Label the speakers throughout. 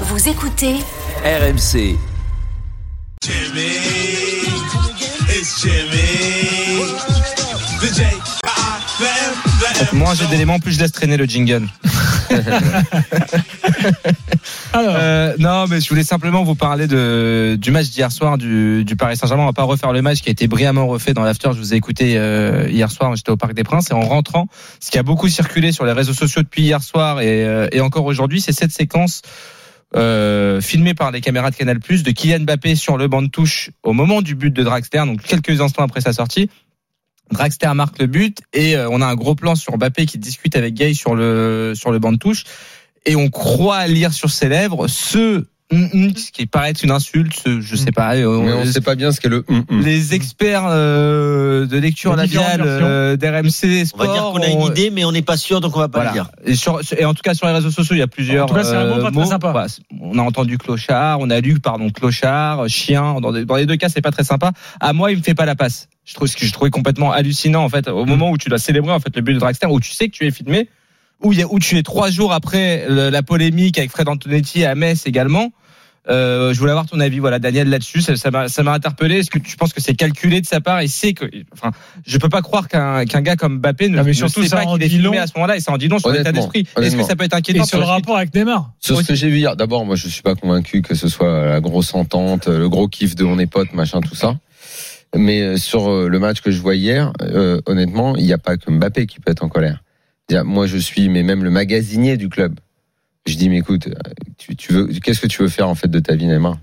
Speaker 1: Vous écoutez
Speaker 2: RMC.
Speaker 3: Jimmy. It's Jimmy. The J. I
Speaker 4: Moins j'ai d'éléments, plus je laisse traîner le jingle. Euh, non, mais je voulais simplement vous parler de, du match d'hier soir du, du Paris Saint-Germain. On va pas refaire le match qui a été brillamment refait dans l'after. Je vous ai écouté euh, hier soir, j'étais au Parc des Princes. Et en rentrant, ce qui a beaucoup circulé sur les réseaux sociaux depuis hier soir et, euh, et encore aujourd'hui, c'est cette séquence euh, filmée par les caméras de Canal+, de Kylian Mbappé sur le banc de touche au moment du but de Draxler, donc quelques instants après sa sortie. Draxler marque le but et euh, on a un gros plan sur Mbappé qui discute avec Gay sur le sur le banc de touche et on croit lire sur ses lèvres ce hum, hum ce qui paraît être une insulte, ce, je sais pas. euh,
Speaker 5: Mm. Mais on ne sait pas bien ce qu'est le hum, hum.
Speaker 4: les experts euh, de lecture
Speaker 6: Il y a différentes
Speaker 4: labiale euh, d'RMC
Speaker 7: On va
Speaker 4: Sport.
Speaker 7: dire qu'on a une
Speaker 4: ont-
Speaker 7: idée, mais on n'est pas sûr, donc on va pas
Speaker 4: voilà.
Speaker 7: le dire.
Speaker 4: Et, sur- et en tout cas sur les réseaux sociaux, il y a plusieurs. euh,
Speaker 6: En tout cas, c'est un mot pas très
Speaker 4: mots.
Speaker 6: sympa.
Speaker 4: Voilà, c'est- on a entendu clochard, on a lu pardon clochard, chien. Dans, des- dans les deux cas, c'est pas très sympa. À moi, il me fait pas la passe. Je trouve ce que je trouvais complètement hallucinant en fait au moment où tu dois célébrer en fait le but de Draxler, où tu sais que tu es filmé, où il y a, où tu es trois jours après le- la polémique avec Fred Antonetti à Metz également. Euh, je voulais avoir ton avis, voilà, Daniel, là-dessus. Ça ça m'a ça m'a interpellé. Est-ce que tu penses que c'est calculé de sa part Il sait que, enfin, je peux pas croire qu'un qu'un gars comme Mbappé ne,
Speaker 6: Non, mais
Speaker 4: ne
Speaker 6: surtout,
Speaker 4: sait
Speaker 6: ça
Speaker 4: pas
Speaker 6: en
Speaker 4: qu'il est
Speaker 6: dit
Speaker 4: filmé
Speaker 6: long.
Speaker 4: à ce moment-là et ça en dit long sur l'état
Speaker 5: Honnêtement,
Speaker 4: d'esprit. Est-ce que
Speaker 5: honnêtement.
Speaker 4: ça peut être
Speaker 6: Et
Speaker 4: inquiétant
Speaker 6: sur le
Speaker 4: pour la suite
Speaker 6: rapport avec Neymar.
Speaker 5: Sur ce que j'ai vu hier, d'abord, moi, je suis pas convaincu que ce soit la grosse entente, le gros kiff de on est potes, machin, tout ça. Mais euh, sur euh, le match que je vois hier, euh, honnêtement, il n'y a pas que Mbappé qui peut être en colère. C'est-à-dire, Moi, je suis, mais même le magasinier du club. Je dis, mais écoute, euh, tu, tu veux, qu'est-ce que tu veux faire en fait de ta vie, Neymar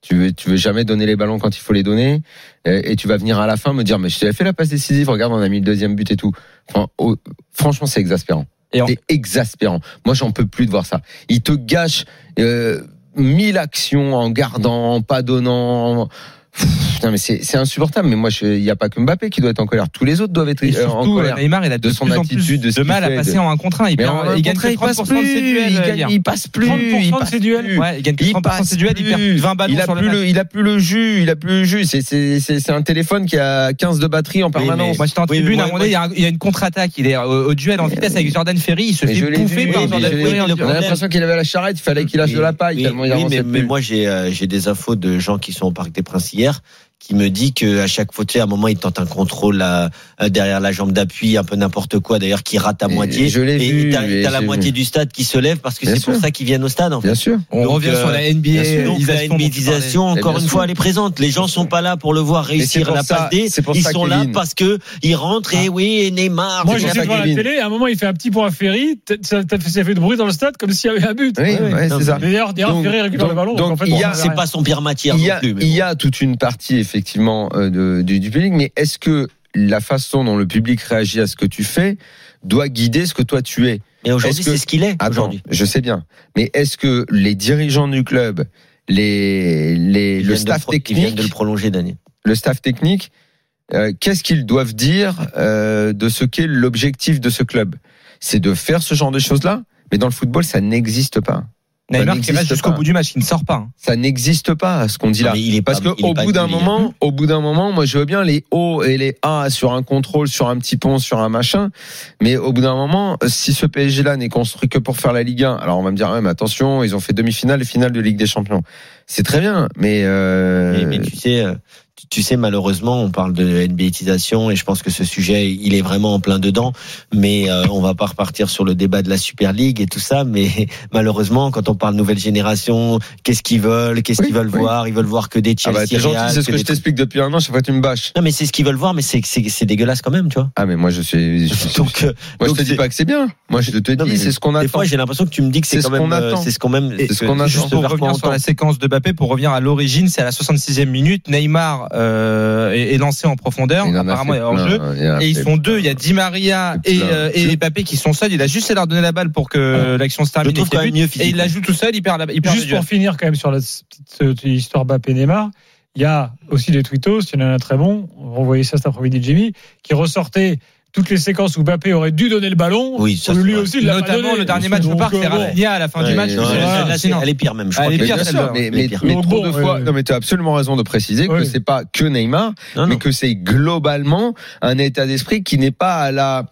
Speaker 5: Tu veux, tu veux jamais donner les ballons quand il faut les donner, euh, et tu vas venir à la fin me dire, mais je t'avais fait la passe décisive. Regarde, on a mis le deuxième but et tout. Enfin, oh, franchement, c'est exaspérant.
Speaker 4: Et en-
Speaker 5: C'est exaspérant. Moi, j'en peux plus de voir ça. Il te gâche euh, mille actions en gardant, en pas donnant. Pff, Putain, mais c'est c'est insupportable. Mais moi, je- il n'y a pas que Mbappé qui doit être en colère. Tous les autres doivent être
Speaker 4: Et
Speaker 5: euh, en
Speaker 4: surtout,
Speaker 5: colère.
Speaker 4: Neymar, il a de,
Speaker 5: de son
Speaker 4: plus en plus
Speaker 5: attitude, de ce
Speaker 4: de
Speaker 5: qu'il
Speaker 4: mal à
Speaker 5: fait,
Speaker 4: passer
Speaker 5: de-
Speaker 4: en 1 contre 1. Il,
Speaker 5: Mais
Speaker 4: perd-
Speaker 5: en un
Speaker 4: euh, il gagne
Speaker 5: contre un,
Speaker 4: que
Speaker 5: il
Speaker 4: 30%
Speaker 5: passe
Speaker 4: de
Speaker 5: plus.
Speaker 4: ses duels.
Speaker 5: Il
Speaker 4: euh,
Speaker 5: gagne-
Speaker 4: hier.
Speaker 5: il passe plus.
Speaker 6: 30%
Speaker 5: il
Speaker 6: de
Speaker 5: passe
Speaker 6: ses duels.
Speaker 5: plus.
Speaker 4: Ouais, bah, il gagne que
Speaker 5: Il
Speaker 4: 30% de ses
Speaker 5: passe
Speaker 4: duels, il perd
Speaker 5: plus.
Speaker 4: 20 ballons
Speaker 5: il a
Speaker 4: sur
Speaker 5: plus
Speaker 4: le match.
Speaker 5: le, il a plus le jus, il a plus le jus. C'est c'est c'est c'est un téléphone qui a 15 de batterie en permanence.
Speaker 4: Moi, j'étais en
Speaker 7: Oui, mais
Speaker 4: tribune,
Speaker 7: moi-
Speaker 4: à un moment donné, il y a un- il y a une contre-attaque. Il est au, au duel en vitesse avec Jordan Ferry. Il se
Speaker 5: Mais je
Speaker 4: fait
Speaker 5: l'ai
Speaker 4: bouffer
Speaker 5: vu,
Speaker 4: par
Speaker 5: oui, mais
Speaker 4: Jordan
Speaker 5: je l'ai
Speaker 4: Ferry.
Speaker 5: vu.
Speaker 4: en
Speaker 7: le
Speaker 5: On a
Speaker 4: disant,
Speaker 7: problème-
Speaker 5: l'impression qu'il avait la charrette, il fallait qu'il lâche
Speaker 7: Oui,
Speaker 5: de la paille
Speaker 7: oui,
Speaker 5: tellement
Speaker 7: oui,
Speaker 5: il avançait
Speaker 7: mais,
Speaker 5: plus.
Speaker 7: mais moi, j'ai euh, j'ai des infos de gens qui sont au Parc des Princes hier qui me dit que à chaque fois, tu sais, à un moment, il tente un contrôle euh, euh, derrière la jambe d'appui, un peu n'importe quoi, d'ailleurs, qui rate à
Speaker 5: Et
Speaker 7: moitié.
Speaker 5: je l'ai
Speaker 7: Et
Speaker 5: vu,
Speaker 7: t'as-
Speaker 5: et
Speaker 7: t'as la
Speaker 5: j'ai
Speaker 7: moitié
Speaker 5: vu.
Speaker 7: du stade qui se lève parce que
Speaker 5: Bien
Speaker 7: c'est pour
Speaker 5: sûr.
Speaker 7: ça qu'ils viennent au stade, en fait.
Speaker 5: Bien sûr.
Speaker 4: On
Speaker 7: Donc,
Speaker 4: revient
Speaker 7: euh,
Speaker 4: sur la
Speaker 5: bien
Speaker 4: NBA.
Speaker 5: sûr.
Speaker 7: Donc la
Speaker 4: isation dont tu parlais.
Speaker 7: NBAisation,
Speaker 5: Mais
Speaker 7: encore
Speaker 5: Eh, bien
Speaker 7: une
Speaker 5: sûr.
Speaker 7: fois, elle est présente. Les gens sont pas là pour le voir
Speaker 5: c'est
Speaker 7: réussir
Speaker 5: pour
Speaker 7: la
Speaker 5: ça-
Speaker 7: passe D.
Speaker 5: c'est pour
Speaker 7: Ils
Speaker 5: ça, Ah.
Speaker 7: sont là
Speaker 5: Kevin.
Speaker 7: parce que ils rentrent et oui, et Neymar.
Speaker 6: Moi,
Speaker 7: c'est
Speaker 5: j'ai
Speaker 7: pour
Speaker 6: j'étais
Speaker 7: ça
Speaker 6: devant la
Speaker 5: Kevin.
Speaker 6: télé, à un moment, il fait un petit point à Ferry, t- ça, ça fait ça fait du bruit dans le stade comme s'il y avait un but.
Speaker 5: Oui, ouais,
Speaker 7: Non,
Speaker 5: c'est ça.
Speaker 6: D'ailleurs, d'ailleurs,
Speaker 5: Donc-
Speaker 6: Ferry récupère le
Speaker 5: donc-
Speaker 6: ballon.
Speaker 5: donc,
Speaker 6: en fait,
Speaker 5: il y a-
Speaker 6: on
Speaker 7: que
Speaker 6: sait
Speaker 7: C'est
Speaker 6: rien.
Speaker 7: pas son pire matière
Speaker 5: Il y
Speaker 7: non
Speaker 5: a,
Speaker 7: plus. mais
Speaker 5: il
Speaker 7: bon.
Speaker 5: y a toute une partie effectivement euh, de- du, du public, mais est-ce que la façon dont le public réagit à ce que tu fais doit guider ce que toi tu es
Speaker 7: Mais aujourd'hui,
Speaker 5: Est-ce que-
Speaker 7: c'est ce qu'il est.
Speaker 5: Attends,
Speaker 7: Aujourd'hui.
Speaker 5: je sais bien, mais est-ce que les dirigeants du club, les, les
Speaker 7: Ils
Speaker 5: le
Speaker 7: viennent de
Speaker 5: staff
Speaker 7: pro- Ils viennent
Speaker 5: technique,
Speaker 7: de le prolonger, Daniel.
Speaker 5: le staff technique, euh, qu'est-ce qu'ils doivent dire euh, de ce qu'est l'objectif de ce club C'est de faire ce genre de choses-là, mais dans le football, ça n'existe pas.
Speaker 4: Neymar qui
Speaker 5: n'existe
Speaker 4: reste jusqu'au
Speaker 5: pas.
Speaker 4: bout du match, qui ne sort pas. hein.
Speaker 5: Ça n'existe pas ce qu'on dit
Speaker 7: Non,
Speaker 5: là.
Speaker 7: mais il est pas-
Speaker 5: Parce
Speaker 7: il est
Speaker 5: qu'au
Speaker 7: pas
Speaker 5: bout d'un
Speaker 7: humilié.
Speaker 5: moment, au bout d'un moment, moi je veux bien les O et les A sur un contrôle, sur un petit pont, sur un machin, mais au bout d'un moment, si ce PSG là n'est construit que pour faire la Ligue 1, alors on va me dire ouais, mais attention, ils ont fait demi-finale et finale de Ligue des Champions. C'est très bien, mais, euh,
Speaker 7: Mais, mais tu sais, euh, tu, tu sais, malheureusement, on parle de NBAisation et je pense que ce sujet, il est vraiment en plein dedans. Mais euh, on va pas repartir sur le débat de la Super League et tout ça. Mais malheureusement, quand on parle nouvelle génération, qu'est-ce qu'ils veulent Qu'est-ce
Speaker 5: Oui,
Speaker 7: qu'ils veulent
Speaker 5: oui.
Speaker 7: voir Ils veulent voir que des
Speaker 5: ah
Speaker 7: Chelsea.
Speaker 5: bah, t'es gentil,
Speaker 7: Real,
Speaker 5: c'est ce que
Speaker 7: des
Speaker 5: je
Speaker 7: trucs-
Speaker 5: t'explique depuis un an, chaque fois tu me bâches.
Speaker 7: Non, mais c'est ce qu'ils veulent voir, mais c'est c'est- c'est dégueulasse quand même, tu vois.
Speaker 5: Ah mais moi je suis, je-
Speaker 7: Donc, euh,
Speaker 5: moi
Speaker 7: donc
Speaker 5: je te dis
Speaker 7: c'est-
Speaker 5: pas que c'est bien. Moi je te
Speaker 7: Non, mais
Speaker 5: dis c'est ce qu'on
Speaker 7: des
Speaker 5: attend.
Speaker 7: fois, j'ai l'impression que tu me dis que c'est
Speaker 5: C'est
Speaker 7: quand
Speaker 5: ce
Speaker 7: même,
Speaker 5: qu'on
Speaker 7: euh,
Speaker 5: attend.
Speaker 7: c'est ce qu'on même,
Speaker 5: C'est ce qu'on
Speaker 7: juste
Speaker 4: Pour
Speaker 5: attend.
Speaker 7: vers quoi
Speaker 4: revenir
Speaker 7: on
Speaker 4: sur la
Speaker 7: tend.
Speaker 4: séquence de Mbappé, pour revenir à l'origine, c'est à la 66e minute. Neymar Gérard euh, est, est lancé en profondeur.
Speaker 5: Il en a
Speaker 4: Apparemment,
Speaker 5: fait
Speaker 4: il y a hors
Speaker 5: plein,
Speaker 4: jeu.
Speaker 5: hein, il en a
Speaker 4: Et ils
Speaker 5: fait
Speaker 4: sont deux. Il y a Di Maria
Speaker 5: Et
Speaker 4: et,
Speaker 5: plein.
Speaker 4: euh, et Mbappé qui sont seuls. Il a juste à leur donner la balle pour que l'action se termine.
Speaker 7: trouve
Speaker 4: et qu'il
Speaker 7: quand même
Speaker 4: bute.
Speaker 7: mieux
Speaker 4: et il la joue tout seul. Il perd la. Il perd le
Speaker 6: Juste
Speaker 4: duel.
Speaker 6: pour finir quand même sur la petite euh, histoire Bappé Neymar, il y a aussi des twittos, il y en a un très bon, on renvoyait ça cet après-midi Jimmy, qui ressortait toutes les séquences où Bappé aurait dû donner le ballon,
Speaker 7: Oui, ça,
Speaker 6: où
Speaker 7: c'est
Speaker 6: lui
Speaker 7: vrai.
Speaker 6: aussi il l'a pas
Speaker 4: Notamment
Speaker 6: donné.
Speaker 4: le dernier match au
Speaker 6: Donc,
Speaker 4: parc,
Speaker 6: euh,
Speaker 4: c'est
Speaker 6: bon.
Speaker 4: Rafinha à la fin
Speaker 7: Ouais,
Speaker 4: du match.
Speaker 7: non,
Speaker 4: c'est
Speaker 7: là, là, c'est-
Speaker 4: hallucinant.
Speaker 7: elle est pire même, je
Speaker 4: Elle
Speaker 7: crois.
Speaker 4: est
Speaker 7: que-
Speaker 5: Mais
Speaker 4: pire,
Speaker 5: bien
Speaker 4: celle-là.
Speaker 5: sûr, mais,
Speaker 7: Les
Speaker 5: mais
Speaker 7: pires.
Speaker 5: mais
Speaker 6: Mais
Speaker 5: trop
Speaker 6: bon,
Speaker 5: de
Speaker 6: ouais,
Speaker 5: fois.
Speaker 6: ouais.
Speaker 5: Non, mais tu as absolument raison de préciser que
Speaker 6: Ouais.
Speaker 5: c'est pas que Neymar,
Speaker 7: Non,
Speaker 5: mais
Speaker 7: non.
Speaker 5: que c'est globalement un état d'esprit qui n'est pas à la,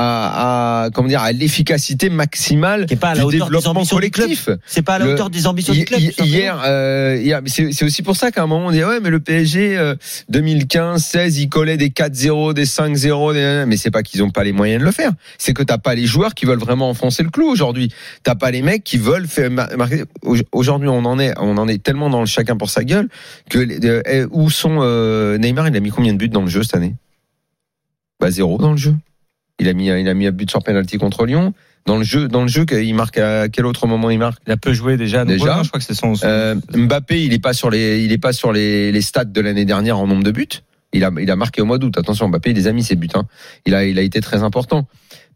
Speaker 5: à, à- comment dire, à l'efficacité maximale
Speaker 7: Qui est pas à la
Speaker 5: du
Speaker 7: hauteur des
Speaker 5: développement
Speaker 7: ambitions du club.
Speaker 5: collectif.
Speaker 7: C'est pas à la
Speaker 5: Le-
Speaker 7: hauteur des ambitions
Speaker 5: Hi-
Speaker 7: du club.
Speaker 5: hi-
Speaker 7: tout simplement.
Speaker 5: Hier, euh, hier mais c'est c'est aussi pour ça qu'à un moment on dit ouais mais le PSG euh, 2015, 16, ils collaient des 4-0, des 5-0, des... mais c'est pas qu'ils ont pas les moyens de le faire. C'est que t'as pas les joueurs qui veulent vraiment enfoncer le clou aujourd'hui. T'as pas les mecs qui veulent faire mar- marquer. Au- Aujourd'hui on en est, on en est tellement dans le chacun pour sa gueule que les- euh, eh, où sont euh, Neymar Il a mis combien de buts dans le jeu cette année Bah zéro dans le jeu. Il a mis, il a mis un but sur penalty contre Lyon. Dans le jeu, dans le jeu, il marque à quel autre moment il marque
Speaker 4: Il a peu joué déjà. donc
Speaker 5: Déjà.
Speaker 4: voilà, Je crois que c'est son. son-
Speaker 5: euh, Mbappé, il est pas sur les, il est pas sur les, les stats de l'année dernière en nombre de buts. Il a, il a marqué au mois d'août. Attention, Mbappé, il les a mis ses buts. hein. Il a, il a été très important.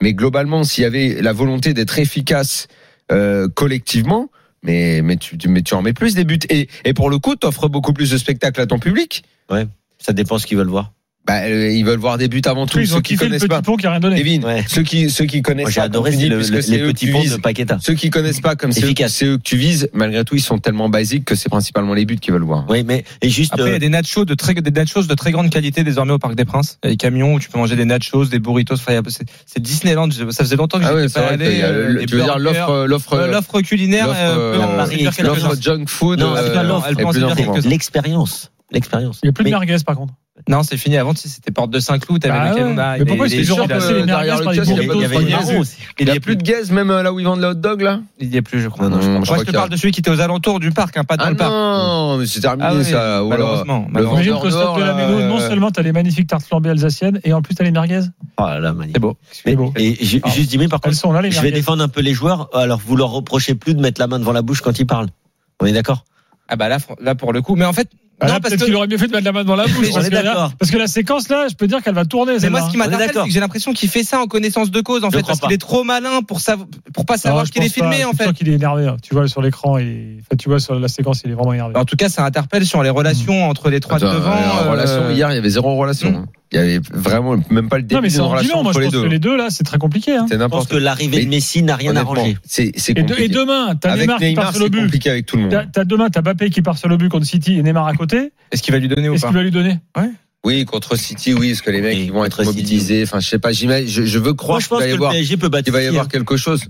Speaker 5: Mais globalement, s'il y avait la volonté d'être efficace euh, collectivement, mais, mais tu, tu- mais tu en mets plus des buts. Et, et pour le coup, t'offres beaucoup plus de spectacles à ton public.
Speaker 7: Ça dépend ce qu'ils veulent voir.
Speaker 5: Bah, euh, ils veulent voir des buts avant tout.
Speaker 6: Ils
Speaker 5: ceux
Speaker 6: ont
Speaker 5: qui
Speaker 6: kiffé le
Speaker 5: connaissent
Speaker 6: petit
Speaker 5: pas,
Speaker 6: pont qui a rien donné.
Speaker 5: Kevin,
Speaker 7: Ouais.
Speaker 5: ceux qui, ceux qui connaissent
Speaker 7: Moi, j'ai
Speaker 5: pas,
Speaker 7: adoré
Speaker 5: comme tu dis,
Speaker 7: le-
Speaker 5: puisque
Speaker 7: le-
Speaker 5: c'est
Speaker 7: les
Speaker 5: eux
Speaker 7: petits
Speaker 5: qui
Speaker 7: ponts
Speaker 5: visent.
Speaker 7: de Paqueta.
Speaker 5: Ceux qui connaissent pas, comme c'est eux,
Speaker 7: Efficace.
Speaker 5: c'est eux que tu vises, malgré tout, ils sont tellement basiques que c'est principalement les buts qu'ils veulent voir.
Speaker 7: Oui, mais et juste.
Speaker 4: Après, il y
Speaker 7: euh,
Speaker 4: a des nachos de très, des nachos de très grande qualité désormais au Parc des Princes. Il y a des camions où tu peux manger des nachos, des burritos. enfin, il y a- C'est c'est Disneyland. je- Ça faisait longtemps que
Speaker 5: Ah
Speaker 4: j'étais
Speaker 5: ouais, c'est
Speaker 4: pas
Speaker 5: vrai.
Speaker 4: allé.
Speaker 5: que, euh,
Speaker 4: euh,
Speaker 5: le-
Speaker 4: des
Speaker 5: Tu veux dire
Speaker 4: burgers,
Speaker 5: l'offre, l'offre,
Speaker 4: euh, l'offre culinaire.
Speaker 5: l'offre,
Speaker 4: euh, peut en
Speaker 5: euh,
Speaker 4: servir
Speaker 7: l'offre
Speaker 4: quelques-uns.
Speaker 5: l'offre junk food.
Speaker 7: Non,
Speaker 5: euh,
Speaker 7: c'est pas l'offre,
Speaker 5: est
Speaker 4: elle peut en
Speaker 5: plus
Speaker 4: servir
Speaker 5: importante.
Speaker 4: quelques-uns.
Speaker 7: L'expérience. L'expérience.
Speaker 6: Il n'y a plus de
Speaker 7: Mais-
Speaker 6: merguez par contre.
Speaker 4: Non, c'est fini. Avant, tu sais, c'était Porte de Saint-Cloud. T'avais
Speaker 6: Bah
Speaker 4: le
Speaker 6: ouais.
Speaker 4: Canada,
Speaker 6: Mais pourquoi
Speaker 4: les-
Speaker 6: ils se
Speaker 4: les-
Speaker 6: font
Speaker 4: les-
Speaker 6: remplacer les merguez
Speaker 5: euh, derrière le
Speaker 6: par les
Speaker 5: kiosque, il y a
Speaker 6: burritos
Speaker 5: pas de
Speaker 6: sur les
Speaker 5: fringues.
Speaker 6: marrons
Speaker 7: aussi.
Speaker 5: Il
Speaker 4: Il
Speaker 5: n'y
Speaker 4: y
Speaker 5: a plus de gaz, même euh, là où ils vendent le hot dog, là
Speaker 4: Il y a plus, je crois.
Speaker 5: Ah non,
Speaker 4: je crois.
Speaker 5: je crois
Speaker 4: Moi, je te
Speaker 5: qu'il y a-
Speaker 4: parle de celui qui était aux alentours du parc, hein, pas dans
Speaker 5: Ah
Speaker 4: le parc.
Speaker 5: non, mais c'est terminé
Speaker 4: Ah ouais,
Speaker 5: ça. oh là.
Speaker 4: malheureusement,
Speaker 5: Le
Speaker 4: malheureusement.
Speaker 6: Imagine
Speaker 5: vendeur
Speaker 6: qu'au stade
Speaker 5: dehors,
Speaker 6: de la
Speaker 5: là,
Speaker 6: Méno, non
Speaker 5: euh,
Speaker 6: seulement t'as les magnifiques tartes flambées alsaciennes, et en plus t'as les merguez.
Speaker 7: Ah là, magnifique.
Speaker 4: C'est beau.
Speaker 6: Mais
Speaker 7: Mais-
Speaker 6: bon,
Speaker 7: Et ju-
Speaker 6: Ah.
Speaker 7: juste Jimmy, par
Speaker 6: elles
Speaker 7: contre,
Speaker 6: sont là les
Speaker 7: je vais
Speaker 6: merguez.
Speaker 7: défendre un peu les joueurs. Alors, vous leur reprochez plus de mettre la main devant la bouche quand ils parlent. On est d'accord
Speaker 4: Ah bah là, fr- là pour le coup. Mais en fait,
Speaker 6: Ah, là,
Speaker 4: non, parce
Speaker 6: peut-être
Speaker 4: que.
Speaker 6: qu'il aurait mieux fait de mettre la main devant la bouche.
Speaker 7: On
Speaker 6: parce,
Speaker 7: est
Speaker 6: que là,
Speaker 7: d'accord.
Speaker 6: parce que la séquence là, je peux dire qu'elle va tourner.
Speaker 4: Mais
Speaker 6: celle-là,
Speaker 4: moi, ce qui
Speaker 6: hein.
Speaker 4: m'interpelle,
Speaker 7: d'accord.
Speaker 4: c'est que j'ai l'impression qu'il fait ça en connaissance de cause, en
Speaker 7: Je
Speaker 4: fait,
Speaker 7: crois
Speaker 4: parce qu'il
Speaker 7: pas.
Speaker 4: est trop malin pour sav- pour pas savoir
Speaker 6: Ah, je
Speaker 4: qu'il est
Speaker 6: pense pas,
Speaker 4: filmé,
Speaker 6: je
Speaker 4: en
Speaker 6: suis
Speaker 4: fait.
Speaker 6: sûr qu'il est énervé. hein. Tu vois sur l'écran, il est- enfin, tu vois sur la séquence, il est vraiment
Speaker 5: Bah,
Speaker 6: énervé.
Speaker 4: En tout cas, ça interpelle sur les relations entre les trois
Speaker 5: Hmm. Attends,
Speaker 4: de devant.
Speaker 5: euh,
Speaker 4: euh,
Speaker 5: relation, hier, il y avait zéro relation.
Speaker 4: Hmm.
Speaker 5: hein. Il y avait vraiment même pas le
Speaker 6: Non,
Speaker 5: début
Speaker 6: mais c'est
Speaker 5: d'une
Speaker 6: ordinaire.
Speaker 5: relation
Speaker 6: Moi,
Speaker 5: entre
Speaker 6: je
Speaker 5: les
Speaker 6: pense que
Speaker 5: deux.
Speaker 6: les deux là, c'est très compliqué. hein.
Speaker 5: C'est
Speaker 7: Je pense
Speaker 5: n'importe
Speaker 7: que l'arrivée
Speaker 5: Mais-
Speaker 7: de Messi n'a rien
Speaker 5: Honnêtement,
Speaker 7: arrangé.
Speaker 5: C'est c'est
Speaker 6: Et, de- et
Speaker 5: compliqué.
Speaker 6: demain, t'as
Speaker 5: Avec
Speaker 6: Neymar, qui part
Speaker 5: Neymar,
Speaker 6: sur le
Speaker 5: c'est
Speaker 6: but.
Speaker 5: compliqué avec tout le
Speaker 6: T'as
Speaker 5: monde.
Speaker 6: t'as demain, t'as Mbappé qui part sur le but contre City et Neymar à côté.
Speaker 4: Est-ce qu'il va lui donner ou
Speaker 6: Qu'est-ce
Speaker 4: pas
Speaker 6: qu'il va lui donner
Speaker 5: Oui, contre City, oui, parce que les mecs
Speaker 7: Oui,
Speaker 5: ils vont
Speaker 7: contre
Speaker 5: être
Speaker 7: City.
Speaker 5: mobilisés. Enfin, je sais pas, j'imagine, je, je veux
Speaker 7: Moi,
Speaker 5: croire
Speaker 7: je
Speaker 5: qu'il
Speaker 7: pense
Speaker 5: va
Speaker 7: que
Speaker 5: y
Speaker 7: le
Speaker 5: avoir,
Speaker 7: PSG peut battre.
Speaker 5: qu'il va y
Speaker 7: City,
Speaker 5: avoir
Speaker 7: hein.
Speaker 5: quelque chose.